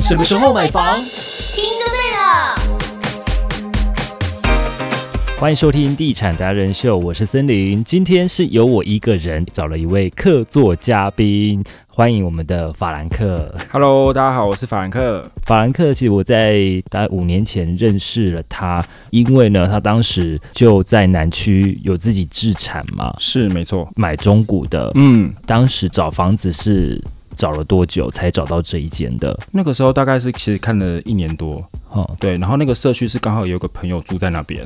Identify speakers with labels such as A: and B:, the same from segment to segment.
A: 什么时候买房？
B: 听就对了。
C: 欢迎收听《地产达人秀》，我是森林。今天是由我一个人找了一位客座嘉宾，欢迎我们的法兰克。
D: Hello，大家好，我是法兰克。
C: 法兰克，其实我在大概五年前认识了他，因为呢，他当时就在南区有自己自产嘛，
D: 是没错，
C: 买中古的。
D: 嗯，
C: 当时找房子是找了多久才找到这一间的？
D: 那个时候大概是其实看了一年多，
C: 哦，
D: 对，然后那个社区是刚好有个朋友住在那边，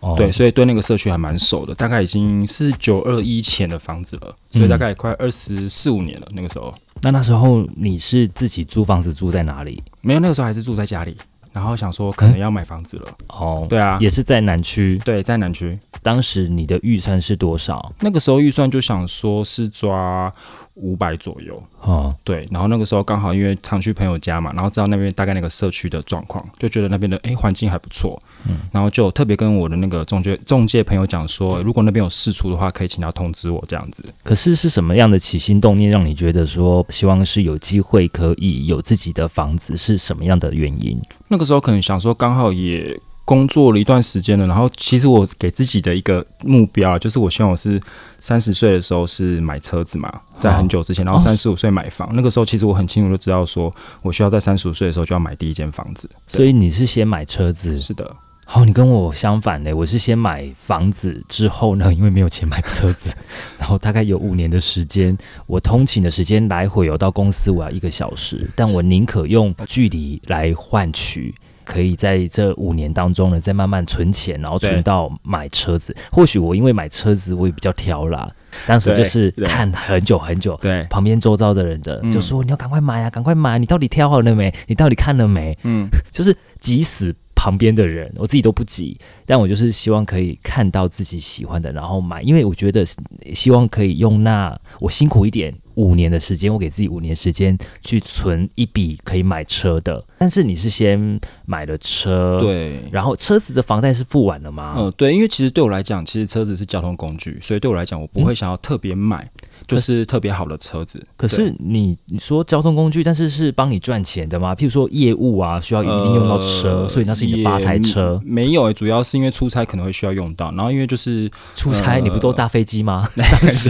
C: 哦
D: 对，，所以对那个社区还蛮熟的，大概已经是九二一前的房子了，所以大概快二十四五年了。那个时候
C: 那那时候你是自己租房子住在哪里？
D: 没有，那个时候还是住在家里，然后想说可能要买房子了，
C: 哦，
D: 对啊，
C: 也是在南区。
D: 对，在南区。
C: 当时你的预算是多少？
D: 那个时候预算就想说是抓五百左右，
C: 哦，
D: 对，然后那个时候刚好因为常去朋友家嘛，然后知道那边大概那个社区的状况，就觉得那边的诶环境还不错，嗯，然后就特别跟我的那个中介中介朋友讲说，如果那边有事出的话，可以请他通知我这样子。
C: 可是是什么样的起心动念让你觉得说希望是有机会可以有自己的房子？是什么样的原因？
D: 那个时候可能想说，刚好也工作了一段时间了，然后其实我给自己的一个目标啊，就是我希望我是三十岁的时候是买车子嘛，在很久之前，然后
C: 哦
D: 三十五岁买房。那个时候其实我很清楚就知道说，我需要在三十五岁的时候就要买第一间房子。对
C: 所以你是先买车子，
D: 是的，
C: 好、你跟我相反嘞，我是先买房子，之后呢，因为没有钱买车子， 然后大概有五年的时间，我通勤的时间来回哦有到公司我要一个小时，但我宁可用距离来换取。可以在这五年当中呢，再慢慢存钱，然后存
D: 对
C: 到买车子。或许我因为买车子，我也比较挑啦。当时就
D: 对
C: 是
D: 对
C: 看很久很久，
D: 对，
C: 旁边周遭的人的，
D: 嗯
C: 就说你要赶快买啊，赶快买啊、你到底挑好了没？你到底看了没？
D: 嗯，
C: 就是急死旁边的人，我自己都不急，但我就是希望可以看到自己喜欢的，然后买，因为我觉得希望可以用那我辛苦一点五年的时间，我给自己五年时间去存一笔可以买车的。但是你是先买了车，，
D: 对。
C: 然后车子的房贷是付完了吗？
D: 嗯，对，因为其实对我来讲，其实车子是交通工具，所以对我来讲，我不会想要特别买，就是特别好的车子。
C: 嗯可
D: 对
C: 是你你说交通工具，但是是帮你赚钱的吗？譬如说业务啊，需要一定用到车，
D: 呃
C: 所以那是你的发财车。
D: 也没有诶、主要是因为出差可能会需要用到，然后因为 就是
C: 出差、
D: 呃
C: 你不都搭飞机 吗？
D: 不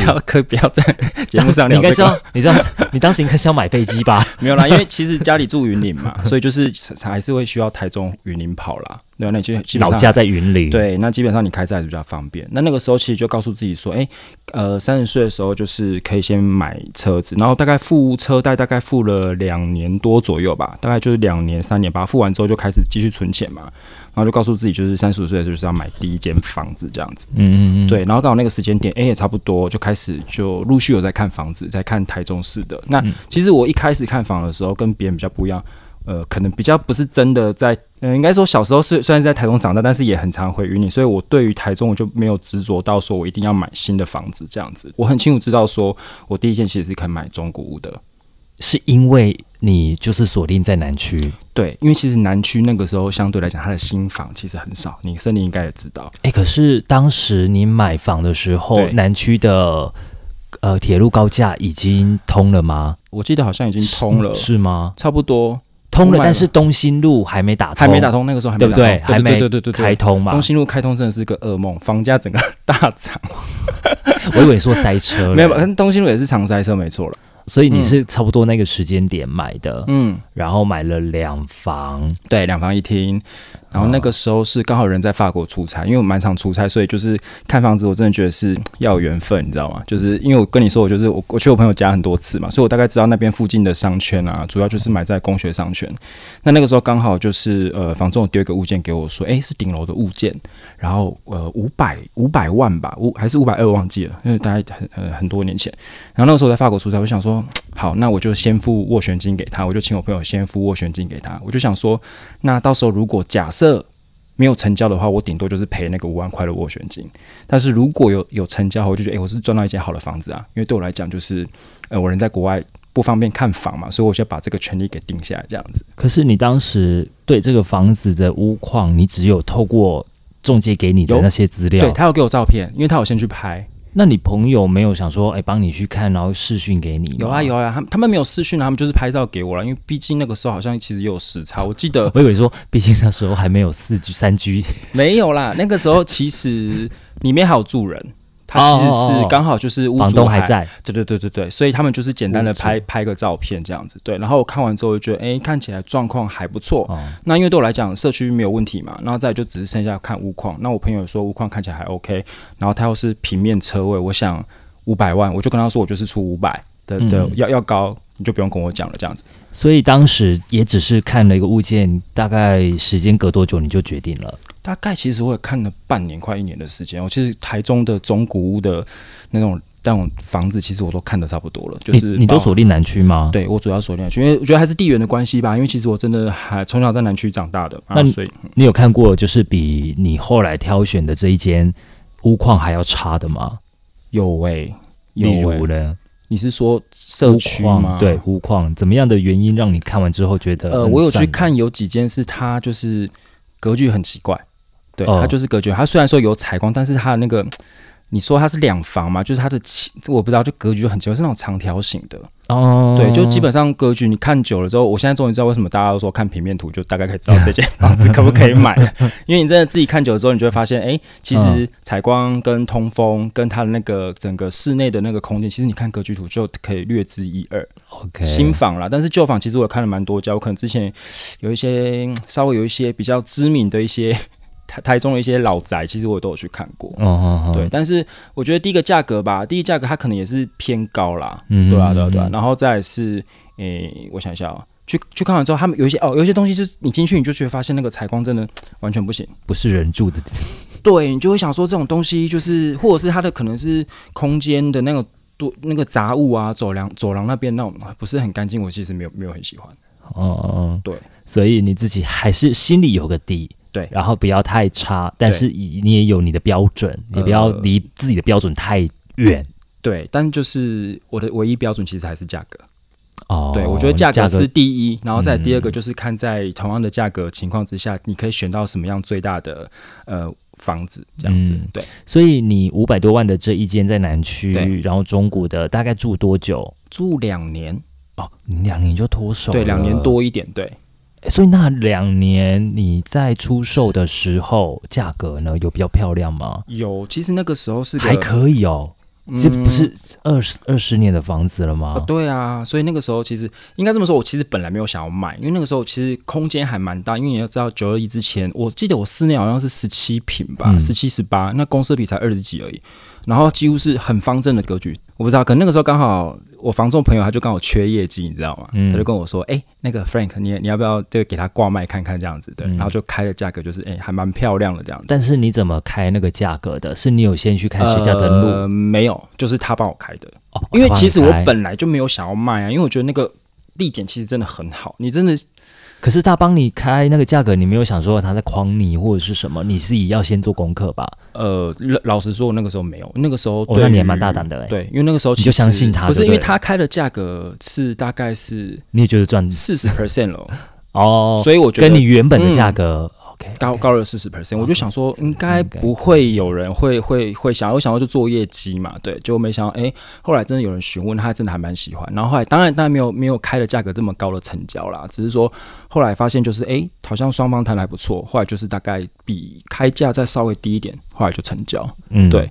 D: 要可以不要在 节目上
C: 你
D: 聊
C: 应该
D: 这
C: 是
D: 个，
C: 要，你知道，你当时应该是要买飞机 吧？
D: 没有啦，因为其实家里住云林嘛，所以就是还是会需要台中云林跑啦。对啊，那你就基本
C: 老
D: 上
C: 家在云林，，
D: 对，那基本上你开车还是比较方便。那那个时候其实就告诉自己说，哎、呃，三十岁的时候就是可以先买车子，然后大概付车贷大概付了两年多左右吧，大概就是两年三年吧。付完之后就开始继续存钱嘛，然后就告诉自己就是三十五岁的时候就是要买第一间房子这样子。
C: 嗯嗯嗯，
D: 对，然后刚好那个时间点，哎、也差不多，就开始就陆续有在看房子，在看台中市的。
C: 嗯
D: 那、其实我一开始看房的时候，跟别人比较不一样，呃，可能比较不是真的在，嗯、应该说小时候是虽然是在台中长大，但是也很常回云林，所以我对于台中我就没有执着到说我一定要买新的房子这样子。我很清楚知道说，我第一件其实是可以买中古屋的。
C: 是因为你就是锁定在南区，
D: 对，因为其实南区那个时候相对来讲，它的新房其实很少，你森林应该也知道。
C: 哎、可是当时你买房的时候，
D: 对
C: 南区的呃铁路高架已经通了吗？
D: 我记得好像已经通了，
C: 是吗？
D: 差不多
C: 通
D: 通
C: 了，
D: 完
C: 但
D: 了
C: 是东兴路还没打通，
D: 还没打，通，那个时候还没打
C: 对不
D: 通，
C: 对？还没
D: 对对对对对
C: 开通嘛
D: 东？兴路开通真的是个噩梦，房价整个 大涨，
C: 我以为说塞车 了，
D: 没有，跟东兴路也是常塞车，没错了。
C: 所以你是差不多那个时间点买的，
D: 嗯，
C: 然后买了两房，
D: 对，两房一厅。然后那个时候是刚好人在法国出差，因为我蛮常出差，所以就是看房子，我真的觉得是要有缘分，你知道吗？就是因为我跟你说，我就是我我去我朋友家很多次嘛，所以我大概知道那边附近的商圈啊，主要就是买在工学商圈。那那个时候刚好就是呃，房仲有丢一个物件给我说，诶，是顶楼的物件，然后呃五百五百万吧，五还是五百二忘记了，因为大概很呃很多年前。然后那个时候我在法国出差，我想说，好，那我就先付斡旋金给他，我就请我朋友先付斡旋金给他，我就想说，那到时候如果假设没有成交的话，我顶多就是赔那个五万块的斡旋金。但是如果有有成交，我就觉得，诶，我是赚到一间好的房子啊，因为对我来讲就是，呃，我人在国外不方便看房嘛，所以我就要把这个权利给定下来，这样子。
C: 可是你当时对这个房子的屋况，你只有透过中介给你的
D: 有
C: 那些资料
D: 对，他有给我照片，因为他有先去拍，
C: 那你朋友没有想说，哎、帮你去看，然后视讯给你？
D: 有啊。有啊，他们他们没有视讯啊，他们就是拍照给我了，因为毕竟那个时候好像其实也有时差，我记得
C: 我以为说，毕竟那时候还没有四 G、三 G，
D: 没有啦，那个时候其实里面还有住人，他其实
C: 哦哦哦
D: 是刚好就是屋
C: 房
D: 主
C: 东还，在。
D: 对对对对对，所以他们就是简单的
C: 屋主
D: 拍拍个照片这样子，对。然后我看完之后我就觉得，哎，看起来状况还不错。
C: 哦
D: 那因为对我来讲，社区没有问题嘛，然后再来就只是剩下看屋况。那我朋友也说屋况看起来还 OK，然后他又是平面车位，我想五百万，我就跟他说我就是出五百的的
C: 嗯，
D: 要要高你就不用跟我讲了这样子。
C: 所以当时也只是看了一个物件，大概时间隔多久你就决定了？
D: 大概其实我也看了半年快一年的时间，我其实台中的中古屋的那种那种房子，其实我都看的差不多了，就是
C: 你你
D: 包
C: 都锁定南区吗？。
D: 对我主要锁定南区，因为我觉得还是地缘的关系吧，因为其实我真的还从小在南区长大的，
C: 那
D: 啊、
C: 你
D: 所以
C: 你有看过就是比你后来挑选的这一间屋况还要差的吗？
D: 有诶、有
C: 欸例
D: 诶
C: 如呢，
D: 你是说社
C: 屋
D: 区
C: 况
D: 吗？
C: 对，屋况怎么样的原因让你看完之后觉得？
D: 呃，我有去，看有几间是它就是格局很奇怪，对，
C: 哦
D: 它就是格局，它虽然说有采光，但是它的那个。你说它是两房嘛？就是它的起，我不知道，就格局就很奇怪，是那种长条形的。
C: 哦，
D: 对，就基本上格局你看久了之后，我现在终于知道为什么大家都说看平面图就大概可以知道这间 房 子可不可以买了，因为你真的自己看久了之后，你就会发现，哎、其实
C: 嗯
D: 采光跟通风跟它的那个整个室内的那个空间，其实你看格局图就可以略知一二。
C: OK
D: 新房啦，但是旧房其实我也看了蛮多家，我可能之前有一些嗯稍微有一些比较知名的一些台台中的一些老宅，其实我都有去看过。
C: 哦哦哦，
D: 对，但是我觉得第一个价格吧，第一价格它可能也是偏高啦，
C: 嗯
D: 对啊，对啊，对啊
C: 嗯。
D: 然后再来是，诶、我想一下哦，去去看完之后，他们有一些哦，有一些东西就是你进去你就觉得发现那个采光真的完全不行，
C: 不是人住的，
D: 对你就会想说这种东西就是，或者是它的可能是空间的那个多那个杂物啊，走廊走廊那边那种啊不是很干净，我其实没有没有很喜欢。
C: 哦哦哦，
D: 对，
C: 所以你自己还是心里有个底。
D: 对
C: 然后不要太差，但
D: 对
C: 是以你也有你的标准，也不要
D: 呃
C: 离自己的标准太远
D: 对，但就是我的唯一标准其实还是价格。
C: 哦。
D: 对，我觉得价格
C: 格嗯
D: 是第一，然后再第二个就是看在同样的价格情况之下，你可以选到什么样最大的呃房子这样子。
C: 嗯
D: 对，
C: 所以你五百多万的这一间在南
D: 对
C: 区，然后中古的大概住多久？
D: 住两年，
C: 哦，你两年就脱手，
D: 对，两年。多一点，对。
C: 诶所以那两年你在出售的时候，价格呢有比较漂亮吗？
D: 有，其实那个时候是个嗯
C: 还可以哦，这不是二十二十年的房子了
D: 啊
C: 吗？
D: 对啊，所以那个时候其实应该这么说，我其实本来没有想要卖，因为那个时候其实空间还蛮大，因为你要知道九二一之前，我记得我室内好像是十七平吧，
C: 嗯
D: 十七十八，那公设比才二十几而已，然后几乎是很方正的格局。我不知道，可能那个时候刚好我房仲朋友他就刚好缺业绩，你知道吗？
C: 嗯
D: 他就跟我说，哎、那个 Frank，你你要不要就给他挂卖看看这样子的？
C: 嗯
D: 然后就开的价格就是，哎、还蛮漂亮的这样子。
C: 但是你怎么开那个价格的？是你有先去看谁家登录？
D: 呃？没有，就是他帮我开的。
C: 哦
D: 因为其实我
C: 他帮你开
D: 本来就没有想要卖啊，因为我觉得那个地点其实真的很好，你真的
C: 可是他帮你开那个价格，你没有想说他在诓你或者是什么？你自己要先做功课吧？
D: 呃，老老实说，我那个时候没有，那个时候
C: 哦
D: 对
C: 那你
D: 于
C: 也蛮大胆的欸
D: 对，因为那个时候其
C: 你就
D: 实
C: 相信他
D: 不是
C: 就
D: 因为
C: 对了
D: 他开的价格是大概是
C: 你也觉得赚
D: 四十 percent 了，
C: 嗯 哦？
D: 所以我觉得嗯
C: 跟你原本的价格、OK，
D: 高高了四十 percent，我就想说应该
C: 应该
D: 不会有人会会会想要，我想要就做业绩嘛，对，结果没想到，哎、后来真的有人询问，他真的还蛮喜欢，然后后来当然当然没有没有开的价格这么高的成交啦，只是说后来发现就是哎、诶好像双方谈的还不错，后来就是大概比开价再稍微低一点，后来就成交。
C: 嗯
D: 对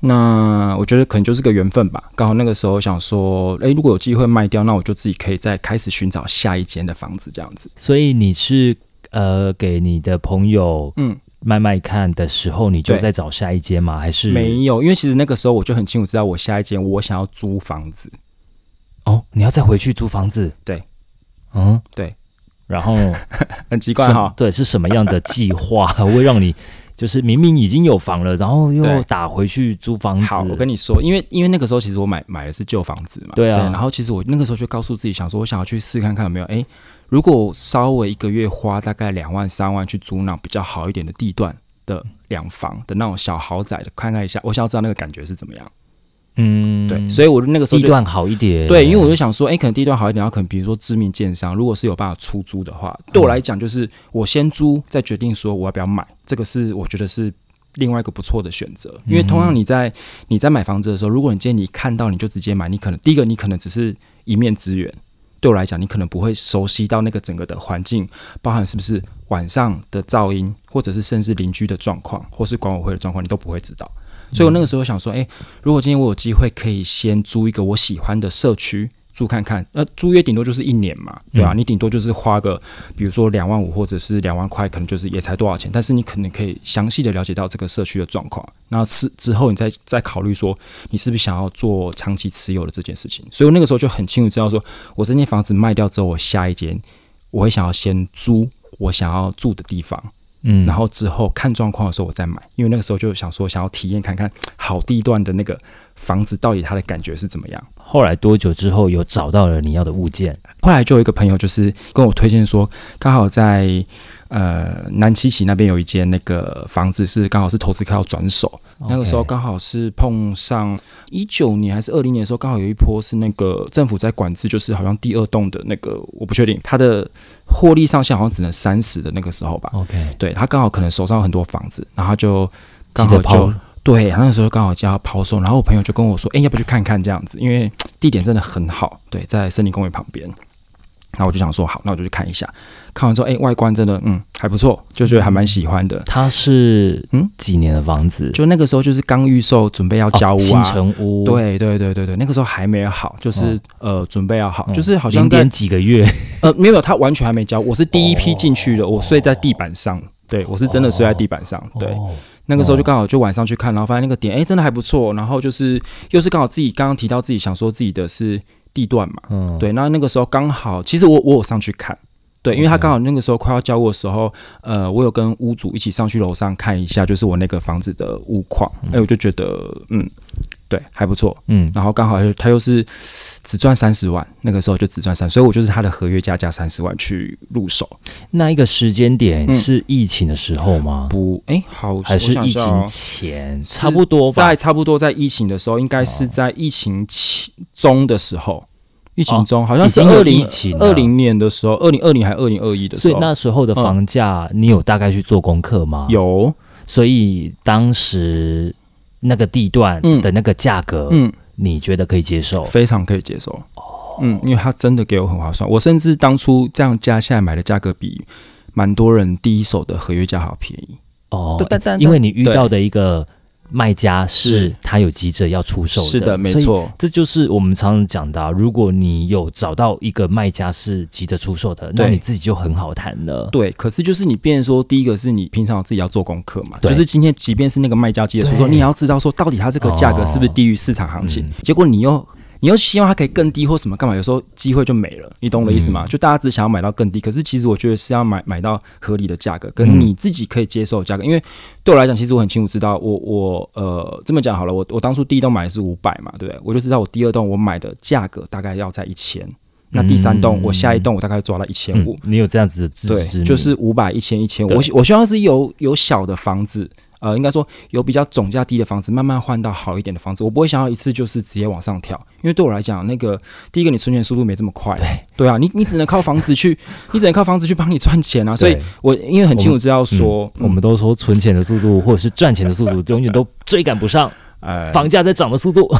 D: 那我觉得可能就是个缘分吧，刚好那个时候想说，哎、如果有机会卖掉，那我就自己可以再开始寻找下一间的房子这样子。
C: 所以你是呃给你的朋友呃
D: 嗯
C: 卖卖看的时候，你就
D: 对
C: 在找下一间吗？还是
D: 没有，因为其实那个时候我就很清楚知道，我下一间我想要租房子。
C: 哦？你要再回去租房子？
D: 对，
C: 嗯，
D: 对。
C: 然后
D: 很奇
C: 什
D: 怪哈。
C: 对，是什么样的计划 会让你就是明明已经有房了，然后
D: 对
C: 又打回去租房子？
D: 好，我跟你说，因为因为那个时候其实我买买的是旧房子嘛，
C: 对啊
D: 然后其实我那个时候就告诉自己，想说我想要去试看看有没有，哎，如果我稍微一个月花大概两万三万去租那种比较好一点的地段的两房的那种小豪宅的，看看一下，我想要知道那个感觉是怎么样。
C: 嗯，
D: 对，所以我那个时候
C: 地
D: 就
C: 段好一点，
D: 对，因为我就想说，哎、可能地段好一点，然后可能比如说知名建商，如果是有办法出租的话，对我来讲就是我先租，再决定说我要不要买，这个是我觉得是另外一个不错的选择，因为同样你在你在买房子的时候，如果你今天你看到你就直接买，你可能第一个你可能只是一面之缘，对我来讲，你可能不会熟悉到那个整个的环境，包含是不是晚上的噪音，或者是甚至邻居的状况，或是管委会的状况，你都不会知道。所以我那个时候想说，诶，如果今天我有机会可以先租一个我喜欢的社区住看看，那、租约顶多就是一年嘛，对啊，你顶多就是花个比如说两万五或者是两万块，可能就是也才多少钱，但是你可能可以详细的了解到这个社区的状况，然后之之后你再再考虑说你是不是想要做长期持有的这件事情。所以我那个时候就很清楚知道说，我这间房子卖掉之后，我下一间我会想要先租我想要住的地方。
C: 嗯
D: 然后之后看状况的时候我再买，因为那个时候就想说想要体验看看好地段的那个房子到底它的感觉是怎么样。
C: 后来多久之后有找到了你要的物件？
D: 后来就有一个朋友就是跟我推荐说，刚好在呃南七旗那边有一间那个房子是刚好是投资客要转手，那个时候
C: 哦 OK
D: 刚好是碰上一九年还是二零年的时候，刚好有一波是那个政府在管制，就是好像第二栋的那个我不确定它的获利上限好像只能三十的那个时候吧，
C: OK，
D: 对他刚好可能手上有很多房子，然后他就刚
C: 急
D: 好
C: 着抛
D: 就对，他那时候刚好就要抛售，然后我朋友就跟我说，哎、要不要去看看这样子？因为地点真的很好，对，在森林公园旁边。然后我就想说，好，那我就去看一下。看完之后，哎、外观真的，嗯，还不错，就觉得还蛮喜欢的。
C: 它是
D: 嗯
C: 几年的房子？
D: 就那个时候就是刚预售，准备要交屋
C: 哦
D: 啊
C: 新，城屋，，
D: 对对对对对，那个时候还没有好，就是、呃准备要好，
C: 嗯
D: 就是好像
C: 零
D: 在
C: 点几 个月，
D: 呃，没有，他完全还没交。我是第一批进去的，我睡在地板上。对，我是真的睡在地板上。对，那个时候就刚好就晚上去看，然后发现那个点，哎、真的还不错。然后就是又是刚好自己刚刚提到自己想说自己的是地段嘛，
C: 嗯，
D: 对，那那个时候刚好，其实我我有上去看，对，因为他刚好那个时候快要交屋的时候，呃，我有跟屋主一起上去楼上看一下，就是我那个房子的屋况，哎、我就觉得嗯，对，还不错，
C: 嗯，
D: 然后刚好又他又是只赚三十万，那个时候就只赚三，所以我就是他的合约价加三十万去入手。
C: 那一个时间点
D: 嗯
C: 是疫情的时候吗？
D: 不，哎，好，
C: 还是
D: 我想
C: 疫
D: 一下
C: 情
D: 哦
C: 前？
D: 是
C: 差不多吧
D: 在。差不多在疫情的时候，应该是在疫情期中的时候，疫情中好像是
C: 哦已经
D: 二
C: 有疫
D: 零
C: 情了哦
D: 二零年的时候，二零二零还二零二一的
C: 所
D: 时
C: 以
D: 候，
C: 那时候的
D: 嗯
C: 房价，你有大概去做功课吗？。
D: 有，
C: 所以当时那个地段
D: 嗯
C: 的那个价格，
D: 嗯，
C: 你觉得可以接受？
D: 非常可以接受。
C: 哦
D: 嗯，因为它真的给我很划算，我甚至当初这样加下来买的价格比蛮多人第一手的合约价还要便宜。
C: 哦
D: 但，但但
C: 因为你遇到的一个卖家是他有急着要出售的，
D: 是的，没
C: 所以
D: 错。
C: 这就是我们常常讲的、啊，如果你有找到一个卖家是急着出售的，那
D: 对
C: 你自己就很好谈了。
D: 对，可是就是你变成说，第一个是你平常自己要做功课嘛，
C: 对
D: 就是今天即便是那个卖家接触说，
C: 对哦嗯
D: 你也要知道说到底它这个价格是不是低于市场行情，结果你又。你又希望它可以更低或什么干嘛？有时候机会就没了，你懂我的意思
C: 嗯
D: 吗？就大家只想要买到更低，可是其实我觉得是要买买到合理的价格，跟你自己可以接受的价格。因为对我来讲，其实我很清楚知道，我我呃这么讲好了，我我当初第一栋买的是五百嘛，对不对？我就知道我第二栋我买的价格大概要在一千，那第三栋我下一栋我大概抓到一千五
C: 嗯，，你有这样子的自知之
D: 对，
C: 明，
D: 就是五百、一千、一千五。
C: 对
D: 我希我希望是有有小的房子，呃，应该说有比较总价低的房子，慢慢换到好一点的房子。我不会想要一次就是直接往上跳，因为对我来讲，那个第一个你存钱速度没这么快，对啊，你你只能靠房子去，你只能靠房子去帮你赚钱啊。所以
C: 对
D: 我因为很清楚知道说，
C: 嗯
D: 嗯
C: 我们都说存钱的速度或者是赚钱的速 度，永远都追赶不上
D: 呃
C: 房价在涨的速度。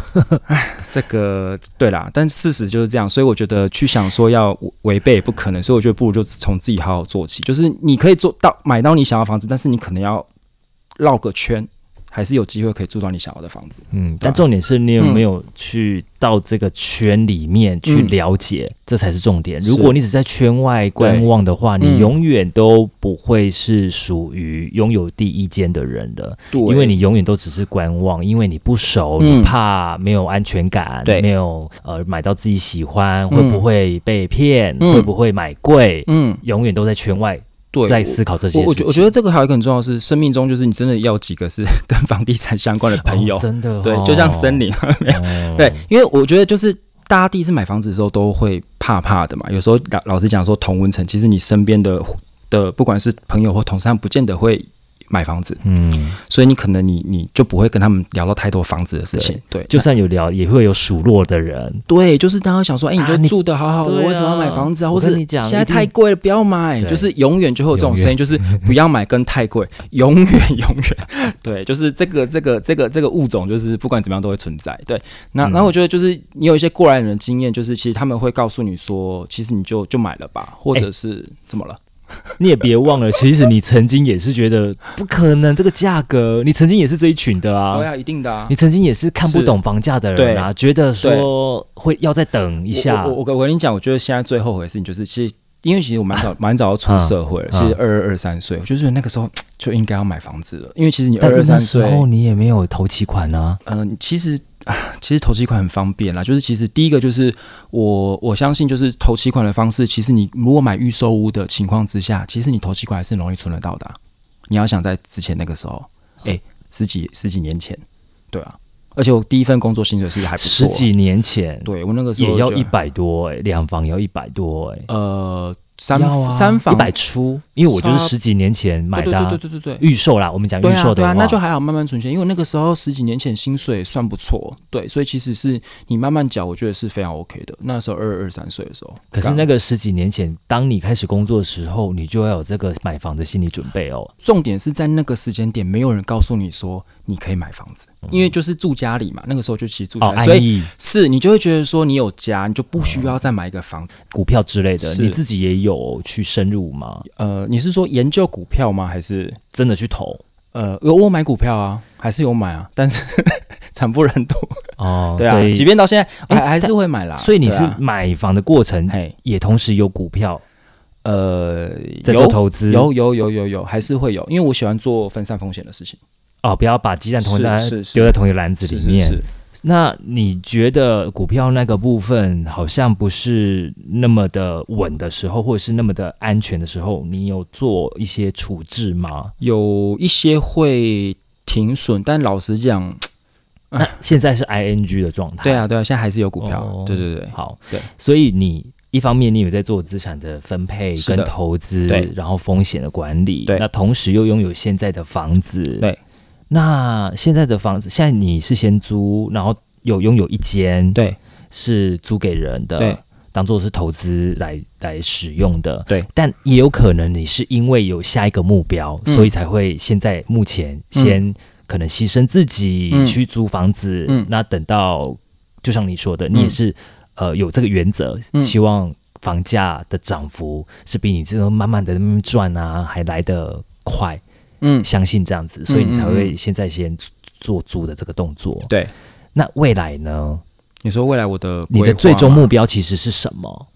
D: 这个对啦，但事实就是这样，所以我觉得去想说要违背也不可能，所以我觉得不如就从自己好好做起。就是你可以做到买到你想要的房子，但是你可能要绕个圈，还是有机会可以住到你想要的房子。
C: 嗯，但重点是你有没有去到这个圈里面去了解，这才是重点。
D: 嗯是
C: 如果你只在圈外观望的话，
D: 嗯
C: 你永远都不会是属于拥有第一间的人的，
D: 对
C: 因为你永远都只是观望，因为你不熟，
D: 嗯
C: 你怕没有安全感，
D: 对
C: 没有呃买到自己喜欢，
D: 嗯
C: 会不会被骗，
D: 嗯
C: 会不会买贵，
D: 嗯，
C: 永远都在圈外
D: 对，
C: 在思考这些
D: 我
C: 事情。
D: 我觉
C: 哦
D: 我觉得这个还有一个很重要的是，生命中就是你真的要有几个是跟房地产相关的朋友，
C: 哦真的哦、
D: 对，就像森林， 没有
C: 哦
D: 对，因为我觉得就是大家第一次买房子的时候都会怕怕的嘛。有时候老老实讲说同温层，其实你身边的的不管是朋友或同事，他们不见得会买房子，
C: 嗯，
D: 所以你可能你你就不会跟他们聊到太多房子的事情。对，
C: 就算有聊，也会有数落的人。
D: 对，就是大家想说，哎、
C: 啊
D: 你
C: 你
D: 就住的好好的，
C: 对啊
D: 为什么要买房子啊？或
C: 我跟
D: 是
C: 你讲
D: 现在
C: 一定
D: 太贵了，不要买。
C: 对
D: 就是永远就会有这种声音，就是不要买跟太贵， 永远永远。对，就是这个这个这个这个物种，就是不管怎么样都会存在。对，那
C: 嗯
D: 那我觉得就是你有一些过来人的经验，就是其实他们会告诉你说，其实你就就买了吧，或
C: 哎
D: 者是、怎么了？
C: 你也别忘了，其实你曾经也是觉得不可能这个价格，你曾经也是这一群的啊。
D: 对啊，一定的啊
C: 你。曾经也是看不懂房价的人啊，觉得说会要再等一下
D: 我。我我我跟你讲，我觉得现在最后悔的事情就是，其实因为其实我 蛮早蛮早就出社会了，
C: 嗯
D: 其实二二二三岁，我就觉得那个时候就应该要买房子了，因为其实你
C: 但
D: 二二
C: 那
D: 三
C: 时
D: 岁，
C: 候你也没有投期款啊，
D: 嗯、其实。啊，其实投期款很方便啦，就是其实第一个就是我我相信就是投期款的方式，其实你如果买预售屋的情况之下，其实你投期款还是很容易存得到的啊、你要想在之前那个时候，哎、十几十几年前，对啊，而且我第一份工作薪水是还不错，啊
C: 十，几年前
D: 对我那个时候
C: 也要
D: 觉得
C: 一百多哎、两房也要一百多哎、
D: 呃三
C: 要啊
D: 三房
C: 一百出，因为我就是
D: 差
C: 十几年前买的、啊，
D: 对对对对对对。
C: 预售啦，我们讲
D: 对
C: 预
D: 啊，
C: 售
D: 对
C: 的
D: 啊
C: 话，，
D: 那就还好，慢慢存钱，因为我那个时候十几年前薪水算不错，对，所以其实是你慢慢缴，我觉得是非常 OK 的。那时候二二三岁的时候，
C: 可是
D: 刚
C: 那个十几年前，当你开始工作的时候，你就要有这个买房的心理准备哦。
D: 重点是在那个时间点，没有人告诉你说你可以买房子，因为就是住家里嘛，那个时候就其实住
C: 哦，
D: 家里，所
C: 安
D: 以
C: 逸
D: 是你就会觉得说你有家，你就不需要再买一个房子。
C: 股票之类的，
D: 是
C: 你自己也有去深入吗？
D: 呃，你是说研究股票吗？还是
C: 真的去投
D: 呃，有我买股票啊，还是有买啊，但是 惨不忍睹。
C: 哦？
D: 对啊
C: 所，以
D: 即便到现在
C: 哎
D: 还还是会买啦。
C: 所以你
D: 对
C: 是
D: 啊
C: 买房的过程，
D: 嘿，
C: 也同时有股票
D: 呃，
C: 在做
D: 有
C: 投资，
D: 有有有有有，还是会有，因为我喜欢做分散风险的事情。
C: 哦，不要把鸡蛋同一个篮
D: 是是是
C: 丢在同一个篮子
D: 是
C: 里
D: 是
C: 面。
D: 是，
C: 那你觉得股票那个部分好像不是那么的稳的时候，或者是那么的安全的时候，你有做一些处置吗？
D: 有一些会停损，但老实
C: 啊
D: 讲，
C: 那现在是 ing 的状态，
D: 对，啊对啊，现在还是有股票
C: 哦。
D: 对对对，
C: 好，
D: 对，
C: 所以你。一方面，你有在做资产的分配
D: 是
C: 跟
D: 的
C: 投资
D: 对，
C: 然后风险的管理。
D: 对
C: 那同时又拥有现在的房子。
D: 对，
C: 那现在的房子，现在你是先租，然后有拥有一间，
D: 对，
C: 是租给人的，
D: 对，
C: 当做是投资来来使用的，
D: 对。
C: 但也有可能你是因为有下一个目标，
D: 嗯
C: 所以才会现在目前先可能牺牲自己
D: 嗯
C: 去租房子，
D: 嗯
C: 那等到就像你说的，你也是、呃有这个原则，
D: 嗯
C: 希望房价的涨幅是比你这种慢慢的赚啊还来得快，
D: 嗯，
C: 相信这样子，所以你
D: 嗯
C: 才
D: 嗯
C: 会现在先做租的这个动作。
D: 对。
C: 那未来呢？
D: 你说未来我的
C: 你
D: 规
C: 的
D: 划
C: 最终
D: 吗嗯
C: 目标其实是什么？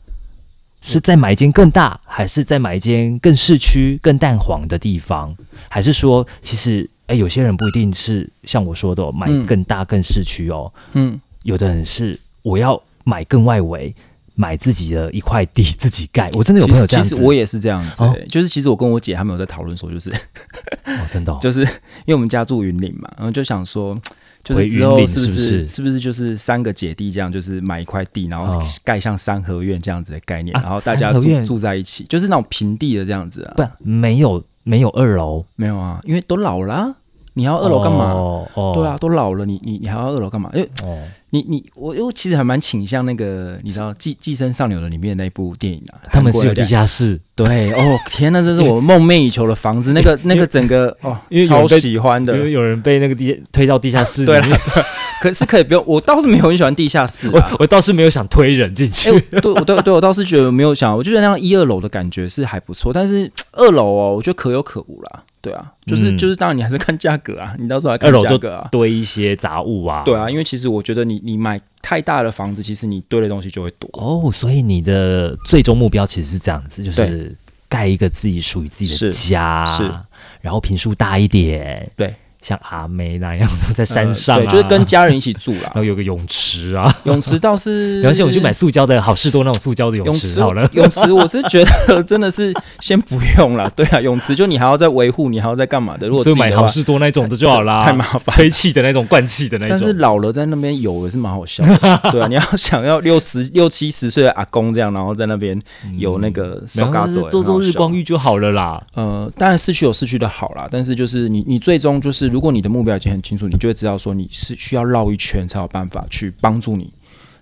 C: 是再买一间更大，还是再买一间更市区、更蛋黄的地方？还是说，其实哎，有些人不一定是像我说的、哦、买
D: 嗯
C: 更大、更市区哦，
D: 嗯，
C: 有的人是我要买更外围，买自己的一块地 自己盖。我真的有
D: 其
C: 朋友
D: 实其
C: 这样子，
D: 实我也是这样子
C: 哦
D: 欸，就是其实我跟我姐他们有在讨论说，就是
C: 哦、真的、哦、
D: 就是因为我们家住云岭嘛，然后就想说，就
C: 回
D: 是
C: 云
D: 之后
C: 岭
D: 是
C: 是不
D: 是
C: 是
D: 不是就是三个姐弟这样，就是买一块地，然后
C: 哦
D: 盖像三合院这样子的概念，
C: 啊
D: 然后大家
C: 三合
D: 住
C: 院
D: 住在一起，就是那种平地的这样子啊。
C: 不没有没有二楼，
D: 没有啊，因为都老啦、你还要二楼干嘛？
C: 哦，哦
D: 对啊，，都老了，你你你还要二楼干嘛？因为
C: 哦，
D: 你你我我其实还蛮倾向那个，你知道《寄寄生上流》的里面那部电影啊，
C: 他
D: 韩
C: 们
D: 国
C: 是有地
D: 两
C: 下室，
D: 对哦，天呐，这是我梦寐以求的房子，那个那个整个哦
C: 因为，有
D: 超
C: 人被
D: 喜欢的
C: 因。为有人被那个地下推到地下室里
D: 对
C: 面，
D: 啦 可是可以不用，我倒是没有很喜欢地下室啊。
C: 我我 倒是没有想推人进
D: 哎、
C: 去。
D: 我对我对对我倒是觉得没有想，我就觉得那样一二楼的感觉是还不错，但是二楼哦，我觉得可有可无啦。对啊，就是、
C: 嗯
D: 就是，当然你还是看价格啊，你到时候还看
C: 二楼
D: 价
C: 就
D: 格啊。
C: 堆一些杂物啊。
D: 对啊，因为其实我觉得你你买太大的房子，其实你堆的东西就会多。
C: 哦，所以你的最终目标其实是这样子，就是盖一个自己属于自己的
D: 是
C: 家，
D: 是，
C: 然后平数大一点，
D: 对，
C: 像阿梅那样在山上、啊
D: 呃对，就是跟家人一起住啦
C: 然。后有个泳池啊。
D: 泳池倒是，
C: 而且我去买塑胶的好事多那种塑胶的
D: 嗯
C: 泳
D: 泳
C: 池
D: 池。
C: 好了
D: 泳池我是觉得 真的是先不用啦。对啊，泳池就你还要再维护，你还要再干嘛的？如果自
C: 就
D: 己
C: 买
D: 的话
C: 好，事多那种的就好啦，
D: 太麻烦了
C: 吹气的那种、灌气的那
D: 但
C: 种
D: 是。老了在那边游也是蛮好笑 的。对啊，你要想要六十 六七十岁的阿公这样，然后在那边
C: 嗯
D: 游那个
C: 然
D: 手嘎
C: 后
D: 走
C: 是，做做日光
D: 浴。
C: 浴就好了啦。
D: 呃，当然市区有市区的好啦，但是就是你你最终就是，如果你的目标已经很清楚，你就会知道说你是需要绕一圈才有办法去帮助你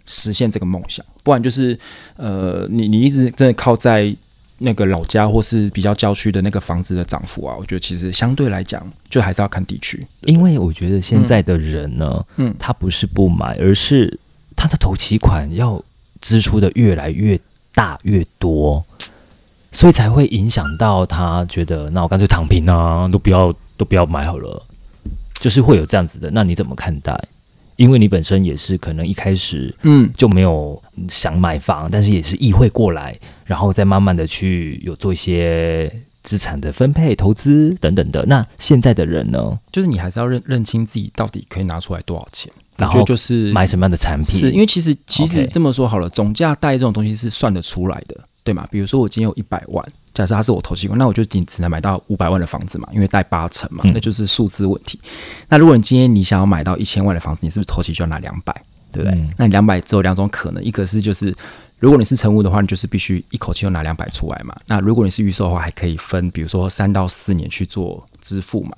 D: 实现这个梦想，不然就是呃，你你一直真的靠在那个老家或是比较郊区的那个房子的涨幅啊，我觉得其实相对来讲，就还是要看地区。
C: 因为我觉得现在的人呢，
D: 嗯
C: 他不是不买，而是他的头期款要支出的越来越大越多，所以才会影响到他觉得，那我干脆躺平啊，都不要都不要买好了，就是会有这样子的。那你怎么看待？因为你本身也是可能一开始
D: 嗯，
C: 就没有嗯想买房，但是也是意会过来，然后再慢慢的去有做一些资产的分配、投资等等的。那现在的人呢，
D: 就是你还是要认认清自己到底可以拿出来多少钱，
C: 然
D: 我觉
C: 后
D: 得就是
C: 买什么样的产品？
D: 是因为其实其实
C: OK
D: 这么说好了，总价贷这种东西是算得出来的，对吗？比如说我今天有一百万，假设它是我投期款，那我就仅只能买到五百万的房子嘛，因为贷八成嘛，
C: 嗯
D: 那就是数字问题。那如果你今天你想要买到一千万的房子，你是不是投期就要拿两百，对不对？
C: 嗯
D: 那你两百只有两种可能，一个是就是。如果你是成屋的话，你就是必须一口气就拿两百出来嘛。那如果你是预售的话，还可以分，比如说三到四年去做支付嘛。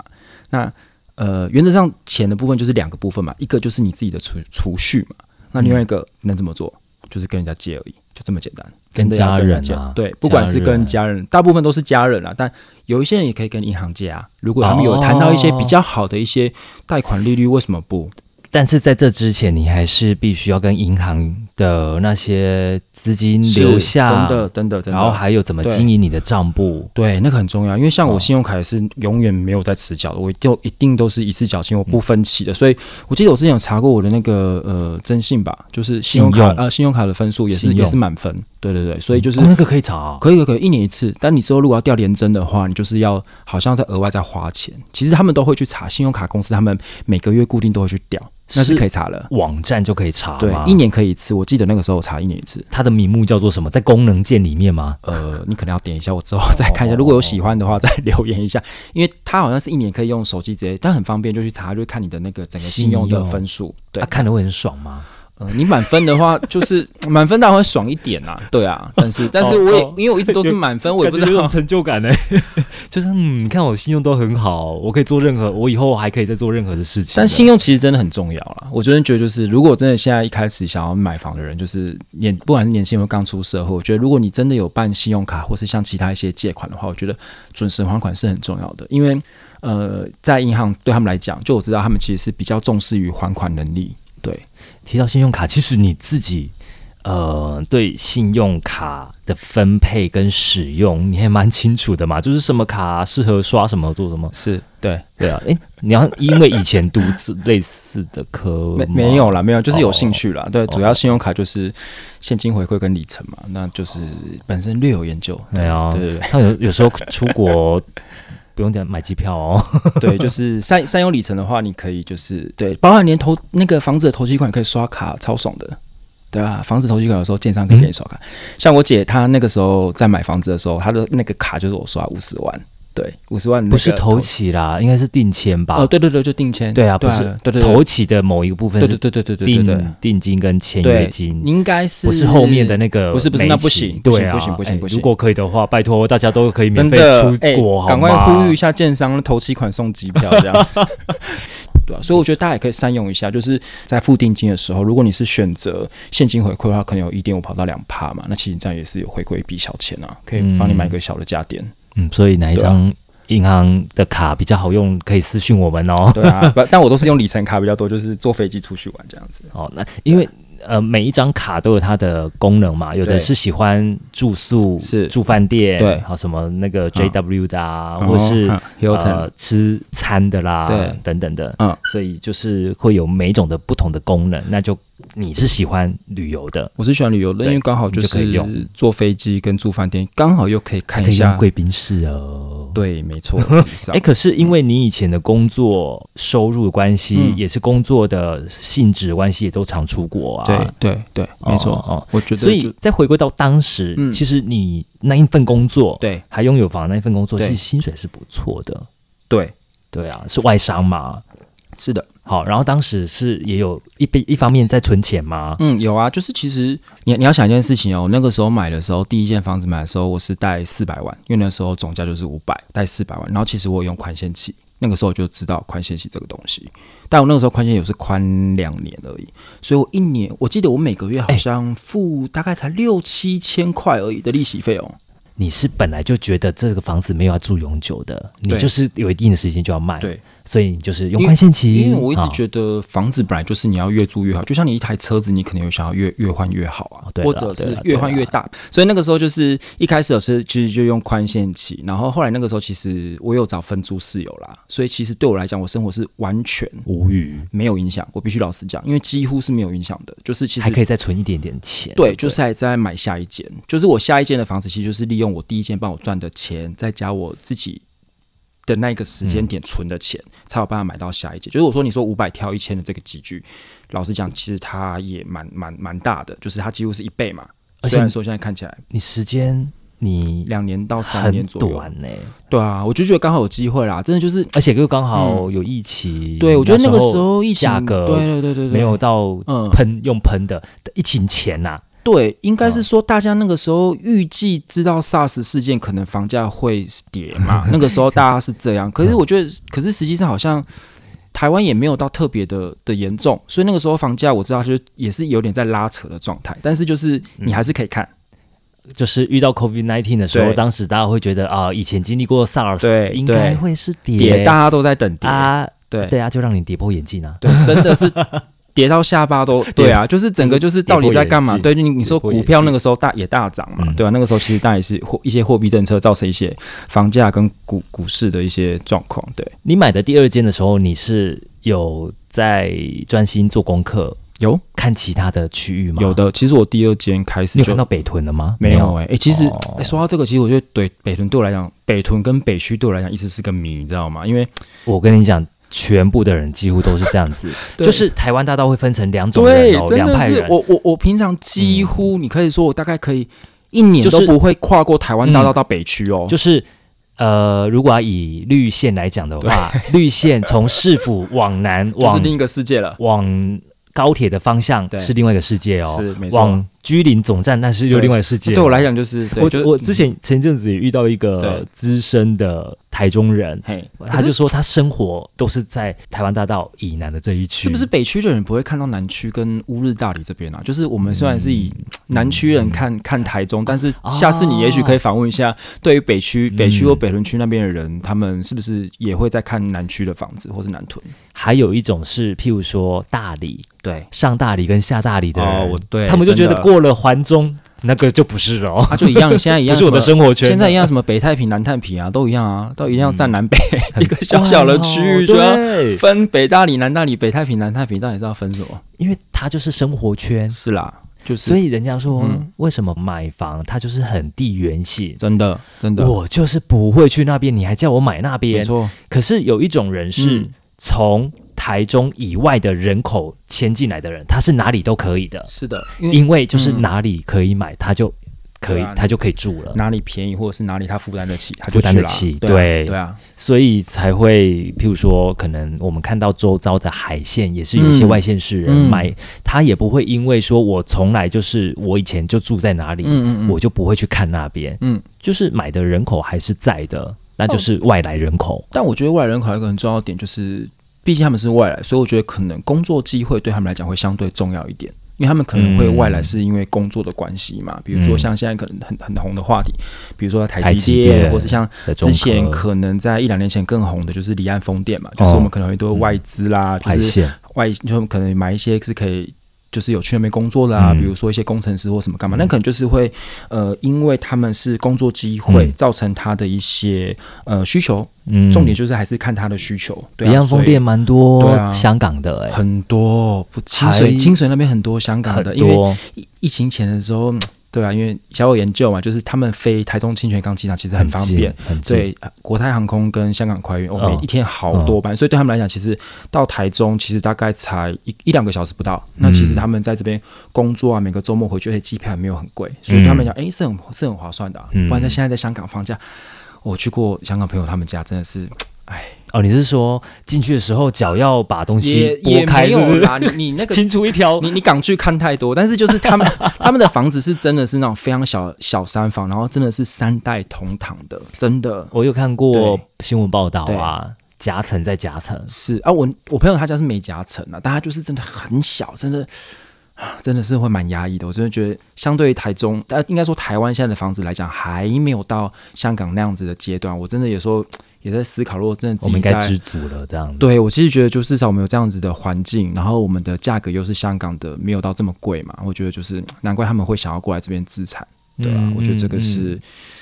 D: 那呃，原则上钱的部分就是两个部分嘛，一个就是你自己的储储蓄嘛，那另外
C: 嗯
D: 一个能怎么做？就是跟人家借而已，就这么简单。
C: 跟
D: 真的要
C: 家人啊
D: 借对，不管是跟家人，大部分都是家人啦、但有一些人也可以跟银行借啊。如果他们有谈到一
C: 哦
D: 些比较好的一些贷款利率，为什么不？
C: 但是在这之前，你还是必须要跟银行的那些资金留下，
D: 真的，真的，真的。
C: 然后还有怎么
D: 对
C: 经营你的账簿。
D: 对，那个很重要，因为像
C: 哦
D: 我信用卡也是永远没有在迟缴的，我就一定都是一次缴清，我不分期的。所以我记得我之前有查过我的那个呃征信吧，就是信用
C: 信
D: 卡
C: 用
D: 呃信用卡的分数也是
C: 信
D: 也
C: 用
D: 是满分，对对对，所以就是
C: 哦、那个可以查、哦，
D: 可以可以可以，一年一次。但你之后如果要调连征的话，你就是要好像在额外再花钱。其实他们都会去查，信用卡公司他们每个月固定都会去调，那是
C: 是
D: 可以查的。
C: 网站就可以查
D: 对
C: 吗，
D: 一年可以一次。我记得那个时候我查一年一次。
C: 它的名目叫做什么？在功能键里面吗？
D: 呃，你可能要点一下，我之后再
C: 哦
D: 看一下。如果有喜欢的话，再留言一下，因为它好像是一年可以用手机直接，但很方便，就去查，就看你的那个整个信用
C: 信
D: 的
C: 用
D: 分数。对
C: 啊，，看得会很爽吗？
D: 呃，你满分的话，就是满分当然会爽一点啦。对啊，但 是但是
C: 哦
D: 我也
C: 哦
D: 因为我一直都是满分，我也不知
C: 感觉有种
D: 道。
C: 成就感呢、 就是嗯，你看我信用都很好，我可以做任何，我以后还可以再做任何的事情。
D: 但信用其实真的很重要啦。我真的觉得就是，如果真的现在一开始想要买房的人，就是年不管是年轻人或刚出社会，我觉得如果你真的有办信用卡或是像其他一些借款的话，我觉得准时还款是很重要的，因为呃，在银行对他们来讲，就我知道他们其实是比较重视于还款能力。对，
C: 提到信用卡，其实你自己呃对信用卡的分配跟使用，你还蛮清楚的嘛，就是什么卡适合刷什么做什么。
D: 是对，
C: 对啊，诶，你要因为以前读这类似的科啊
D: 没
C: 吗
D: 没有啦，没有，就是有兴
C: 哦
D: 趣啦。对，主要信用卡就是现金回馈跟里程嘛，那就是本身略有研究。
C: 对啊
D: 对对对。
C: 那有有时候出国不用讲买机票哦，
D: 对，就是三三有里程的话，你可以就是对，包含连投那个房子的投期款也可以刷卡，超爽的。对啊，房子投期款有时候建商可以给你刷卡，
C: 嗯
D: 像我姐她那个时候在买房子的时候，她的那个卡就是我刷五十万，对，五十万那个
C: 不是头期啦，应该是定签吧？
D: 哦，对对对，就定签，
C: 对啊，不
D: 对
C: 是
D: 对对对
C: 头期的某一个部分
D: 对
C: 是
D: 对对对对对对对
C: 定定金跟签约
D: 对，
C: 金，
D: 应该是
C: 不是后面的那个
D: 不是不是
C: 每一
D: 那不
C: 期
D: 行不行
C: 对啊，
D: 不行不行
C: 哎
D: 不行
C: 如果可以的话，拜托大家都可以免
D: 真
C: 费
D: 的
C: 出
D: 哎
C: 国，好
D: 赶快
C: 吗
D: 呼吁一下建商投期款送机票这样 子。对啊，所以我觉得大家也可以善用一下，就是在付定金的时候，如果你是选择现金回馈的话，可能有一点五跑到两趴嘛，那其实这样也是有回馈一笔小钱啊，可以帮你买个小的家电。
C: 嗯，所以哪一
D: 啊
C: 张银行的卡比较好用，可以私讯我们哦。
D: 对啊，不，但我都是用里程卡比较多，就是坐飞机出去玩这样子。
C: 哦，那因为呃，每一张卡都有它的功能嘛，有的
D: 对
C: 是喜欢住宿，
D: 是
C: 住饭店，
D: 对嗯
C: 好什么那个 JW 的啊，
D: 哦
C: 或者是
D: 嗯 Hilton
C: 呃吃餐的啦，
D: 对
C: 等等的，
D: 嗯，
C: 所以就是会有每一种的不同的功能，那就你是喜欢旅游的，
D: 我是喜欢旅游的，
C: 对
D: 因为刚好就
C: 你就可以用
D: 是坐飞机跟住饭店，刚好又可以看
C: 可
D: 一
C: 以用
D: 下。
C: 贵宾室哦。
D: 对，没 错，以上
C: 哎、可是因为你以前的工作收入的关系，
D: 嗯
C: 也是工作的性质的关系，也都常出国啊。
D: 对对对，没错，
C: 哦哦
D: 我觉得
C: 所
D: 就
C: 以再回归到当时，
D: 嗯
C: 其实你那一份工作，，
D: 对
C: 还拥有房的那一份工作，其
D: 对
C: 实薪水是不错的。
D: 对
C: 对啊，是外商嘛。
D: 是的，
C: 好，然后当时是也有一边一方面在存钱嘛。
D: 嗯，有啊，就是其实你你要想一件事情哦，我那个时候买的时候，第一间房子买的时候，我是贷四百万，因为那时候总价就是五百，贷四百万，然后其实我有用宽限期。那个时候我就知道宽限期这个东西，但我那个时候宽限期也是宽两年而已，所以我一年我记得我每个月好像付大概才六七千块而已的利息费哦用。
C: 你是本来就觉得这个房子没有要住永久的，你
D: 对
C: 就是有一定的时间就要卖，
D: 对，
C: 所以你就是用
D: 因为
C: 宽限期。
D: 因为我一直
C: 啊
D: 觉得房子本来就是你要越住越好，就像你一台车子，你可能有想要越越换越好啊
C: 哦，对啦
D: 或者
C: 对
D: 是
C: 啦
D: 越换越大。所以那个时候就是一开始有时其实就用宽限期，然后后来那个时候其实我有找分租室友啦，所以其实对我来讲，我生活是完全
C: 无语，
D: 没有影响。我必须老实讲，因为几乎是没有影响的，就是其
C: 还
D: 实
C: 可以再存一点点钱。
D: 对，就是还在买下一间，就是我下一间的房子，其实就是利用我第一间帮我赚的钱，再加我自己的那个时
C: 嗯
D: 间点存的钱，才有办法买到下一间。就是我说你说五百跳一千的这个集聚，老实讲，其实它也蛮蛮蛮大的，就是它几乎是一倍嘛。
C: 而且
D: 虽然说现在看起来
C: 你时间你
D: 两年到三
C: 很
D: 年左右，
C: 短呢、
D: 对啊，我就觉得刚好有机会啦，真的就是。
C: 而且又刚好有疫情。
D: 嗯对，我觉得那个时候疫情，
C: 价格
D: 对对对对对，
C: 没有到
D: 嗯
C: 喷、用喷的疫情前呐、
D: 对，应该是说大家那个时候预计知道 SARS 事件可能房价会跌嘛，那个时候大家是这样。可是我觉得，可是实际上好像台湾也没有到特别的的严重，所以那个时候房价我知道就是也是有点在拉扯的状态，但是就是你还是可以看，
C: 就是遇到 COVID nineteen 的时候，
D: 对
C: 当时大家会觉得啊、以前经历过 SARS，
D: 对
C: 应该
D: 对
C: 会是
D: 跌、
C: 跌
D: 大家都在等跌，
C: 嗯啊，
D: 对
C: 对啊，就让你跌破眼镜啊。
D: 对，真的是跌到下巴 都对啊，就是整个就是到底在干嘛？
C: 跌破
D: 对，你你说
C: 跌破眼
D: 股
C: 镜
D: 票那个时候大也大涨嘛，
C: 嗯
D: 对啊，那个时候其实当然也是货一些货币政策造成一些房价跟股股市的一些状况，对，
C: 你买的第二间的时候，你是有在专心做功课，
D: 有
C: 看其他的区域吗？
D: 有，的，其实我第二间开始
C: 你有
D: 就
C: 看到北屯了吗？
D: 没有哎、哎、其实、
C: 哦
D: 哎说到这个，其实我觉得对北屯对我来讲，北屯跟北区对我来讲一直是个谜，你知道吗？因为
C: 我跟你讲，全部的人几乎都是这样子，
D: 对
C: 就是台湾大道会分成两种人
D: 对
C: 哦，，
D: 真
C: 两
D: 的
C: 派
D: 是
C: 人。嗯
D: 我我我平常几乎、你可以说我大概可以一年
C: 就
D: 都
C: 是
D: 不会跨过台湾大道
C: 嗯
D: 到北区哦，
C: 就是呃，如果要以绿线来讲的 话，绿线从市府往南
D: 就
C: 往
D: 是另一个世界了。
C: 往高铁的方向
D: 对
C: 是另外一个世界哦，
D: 是没错啊
C: 往居林总站那是又另外一个世界。
D: 对我来。讲就是，对
C: 我
D: 就是
C: 我之前前阵子也遇到一个
D: 对
C: 资深的台中人，
D: 嗯嘿，
C: 他就说他生活都是在台湾大道以南的这一区，
D: 是不是北区的人不会看到南区跟乌日大理这边啊？就是我们虽然是以南区人看看台中，但是下次你也许可以访问一下，对于北区、北区或北屯区那边的人，他们是不是也会在看南区的房子或是南屯？
C: 还有一种是，譬如说大理、
D: 对，
C: 上大理跟下大理的人，
D: 哦我对
C: 他们就觉
D: 真
C: 得
D: 的
C: 过了环中那个就不是了哦，
D: 啊，就一样，现在 一
C: 不
D: 样，
C: 是我的生活圈。
D: 现在一样，什么北太平、南太平啊，都一样啊，都一样占南北
C: 很
D: 一个小小的区域，
C: 怪
D: 就
C: 哦
D: 要
C: 对，
D: 分北大理、南大理、北太平、南太平，到底是要分什么？
C: 因为他就是生活圈，
D: 是啦，就是
C: 所以人家说、
D: 嗯
C: 为什么买房，它就是很地缘性。
D: 真的真的，
C: 我就是不会去那边，你还叫我买那
D: 没
C: 边。
D: 错，
C: 可是有一种人是
D: 嗯
C: 从台中以外的人口迁进来的人，他是哪里都可以的，
D: 是的，因为
C: 因为就是
D: 嗯
C: 哪里可以买，他就可以、
D: 对啊
C: 他就可以住了。
D: 哪里便宜或者是哪里他负担得起，他就
C: 负
D: 去
C: 担
D: 了
C: 得起
D: 对啊
C: 对
D: 对啊，
C: 所以才会，譬如说，可能我们看到周遭的海线，也是有一些
D: 嗯
C: 外县市人
D: 嗯
C: 买，他也不会因为说我从来就是我以前就住在哪里，
D: 嗯嗯嗯，
C: 我就不会去看那边，
D: 嗯，
C: 就是买的人口还是在的，那就是外来人口。
D: 但我觉得外来人口还有一个很重要的点就是，毕竟他们是外来，所以我觉得可能工作机会对他们来讲会相对重要一点。因为他们可能会
C: 嗯
D: 外来是因为工作的关系嘛，比如说像现在可能很很红的话题，比如说嗯台
C: 台积
D: 积电，
C: 电
D: 或是像
C: 的中
D: 之前
C: 科
D: 可能在一两年前更红的就是离岸风电嘛，就是
C: 哦
D: 我们可能会多外资啦，就
C: 海
D: 是
C: 线，
D: 外就可能买一些是可以。就是有去那边工作的啊，
C: 嗯
D: 比如说一些工程师或什么干嘛，那可能就是会，呃，因为他们是工作机会
C: 嗯
D: 造成他的一些呃需求，
C: 嗯
D: 重点就是还是看他的需求。对
C: 离
D: 啊，
C: 岸风电蛮多，
D: 对啊
C: 香港的、
D: 所以
C: 欸，
D: 很多，不清
C: 还
D: 水清水那边很多香港的，
C: 很
D: 因为
C: 多，
D: 疫疫情前的时候，嗯对啊，因为小有研究嘛，就是他们飞台中清泉港机场其实很方便
C: 近，，很近。
D: 对，呃国泰航空跟香港快运，我、
C: 嗯
D: 每一天好多班，所以对他们来讲，其实到台中其实大概才一一两个小时不到。
C: 嗯
D: 那其实他们在这边工作啊，每个周末回去，而且机票也没有很贵，所以对他们来讲，哎、是很是很划算的、啊。
C: 嗯
D: 不然在现在在香港放假，我去过香港朋友他们家，真的是
C: 哦，你是说进去的时候脚要把东西
D: 也
C: 拨
D: 也
C: 开，
D: 没
C: 是不
D: 有
C: 是？
D: 啦，你你 那个
C: 清出一条
D: 你你港剧看太多，但是就是他 们他们的房子是真的是那种非常小小三房，然后真的是三代同堂的，真的
C: 我有看过
D: 对
C: 新闻报道啊，夹层在夹层，
D: 是啊。我我朋友他家是美甲城啊，但他就是真的很小，真的啊真的是会蛮压抑的。我真的觉得，相对于台中，但应该说台湾现在的房子来讲，还没有到香港那样子的阶段。我真的有时候也在思考，如果真的自己
C: 我们应该
D: 在
C: 知足了，这样子。
D: 对我其实觉得，就至少我们有这样子的环境，然后我们的价格又是香港的没有到这么贵嘛，我觉得就是难怪他们会想要过来这边自产，对啊，
C: 嗯
D: 我觉得这个是、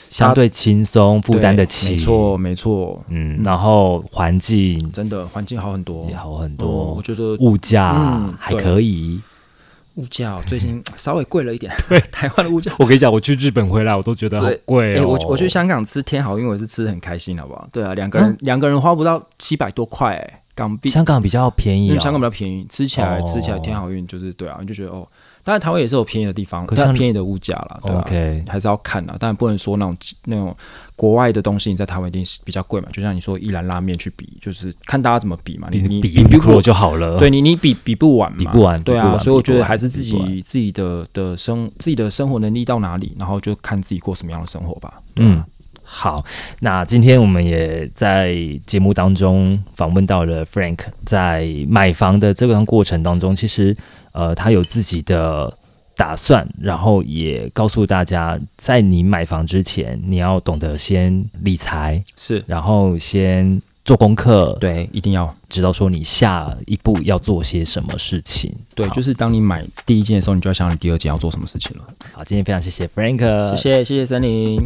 C: 相对轻松，负担得
D: 对
C: 起。
D: 没，错没错，
C: 嗯，然后环境
D: 真的环境好很多
C: 也，好很
D: 嗯
C: 多
D: 我，觉得
C: 物价
D: 嗯
C: 还
D: 对
C: 可以。
D: 物价哦最近
C: 嗯
D: 稍微贵了一点，对 台湾的物价。
C: 我跟你讲，我去日本回来，我都觉得好
D: 对
C: 贵
D: 哎、
C: 哦。
D: 我我去香港吃天好，因为我是吃的很开心，好不好？对啊，两个人、两个人花不到七百多块、哎，港币，
C: 嗯香港比较便宜
D: 因
C: 啊
D: 为，香港比较便宜，吃起来、
C: 哦
D: 吃起来天好运就是对啊，你就觉得哦，当然台湾也是有便宜的地方，
C: 可
D: 但
C: 像
D: 便宜的物价啦，对啊
C: OK
D: 还是要看啦，当然不能说那种那种国外的东西你在台湾一定是比较贵嘛，就像你说一兰拉面去比，就是看大家怎么比嘛，你
C: 比
D: 你
C: 比
D: 你
C: u
D: 比
C: n
D: 不
C: i 就好了。
D: 对你你比比不完嘛，
C: 比不完
D: 对
C: 比不
D: 啊，
C: 完
D: 所以我觉
C: 比不
D: 得
C: 完
D: 还是自
C: 比不
D: 己自己的的生自己的生活能力到哪里，然后就看自己过什么样的生活吧。
C: 嗯，好，那今天我们也在节目当中访问到了 Frank，在买房的这段过程当中，其实呃，他有自己的打算，然后也告诉大家，在你买房之前，你要懂得先理财，
D: 是
C: 然后先做功课，，
D: 对，一定要
C: 知道说你下一步要做些什么事情。
D: 对，
C: 好
D: 就是当你买第一件的时候，你就要想你第二件要做什么事情了。
C: 呃好，今天非常谢谢 Frank，
D: 谢谢谢谢森林。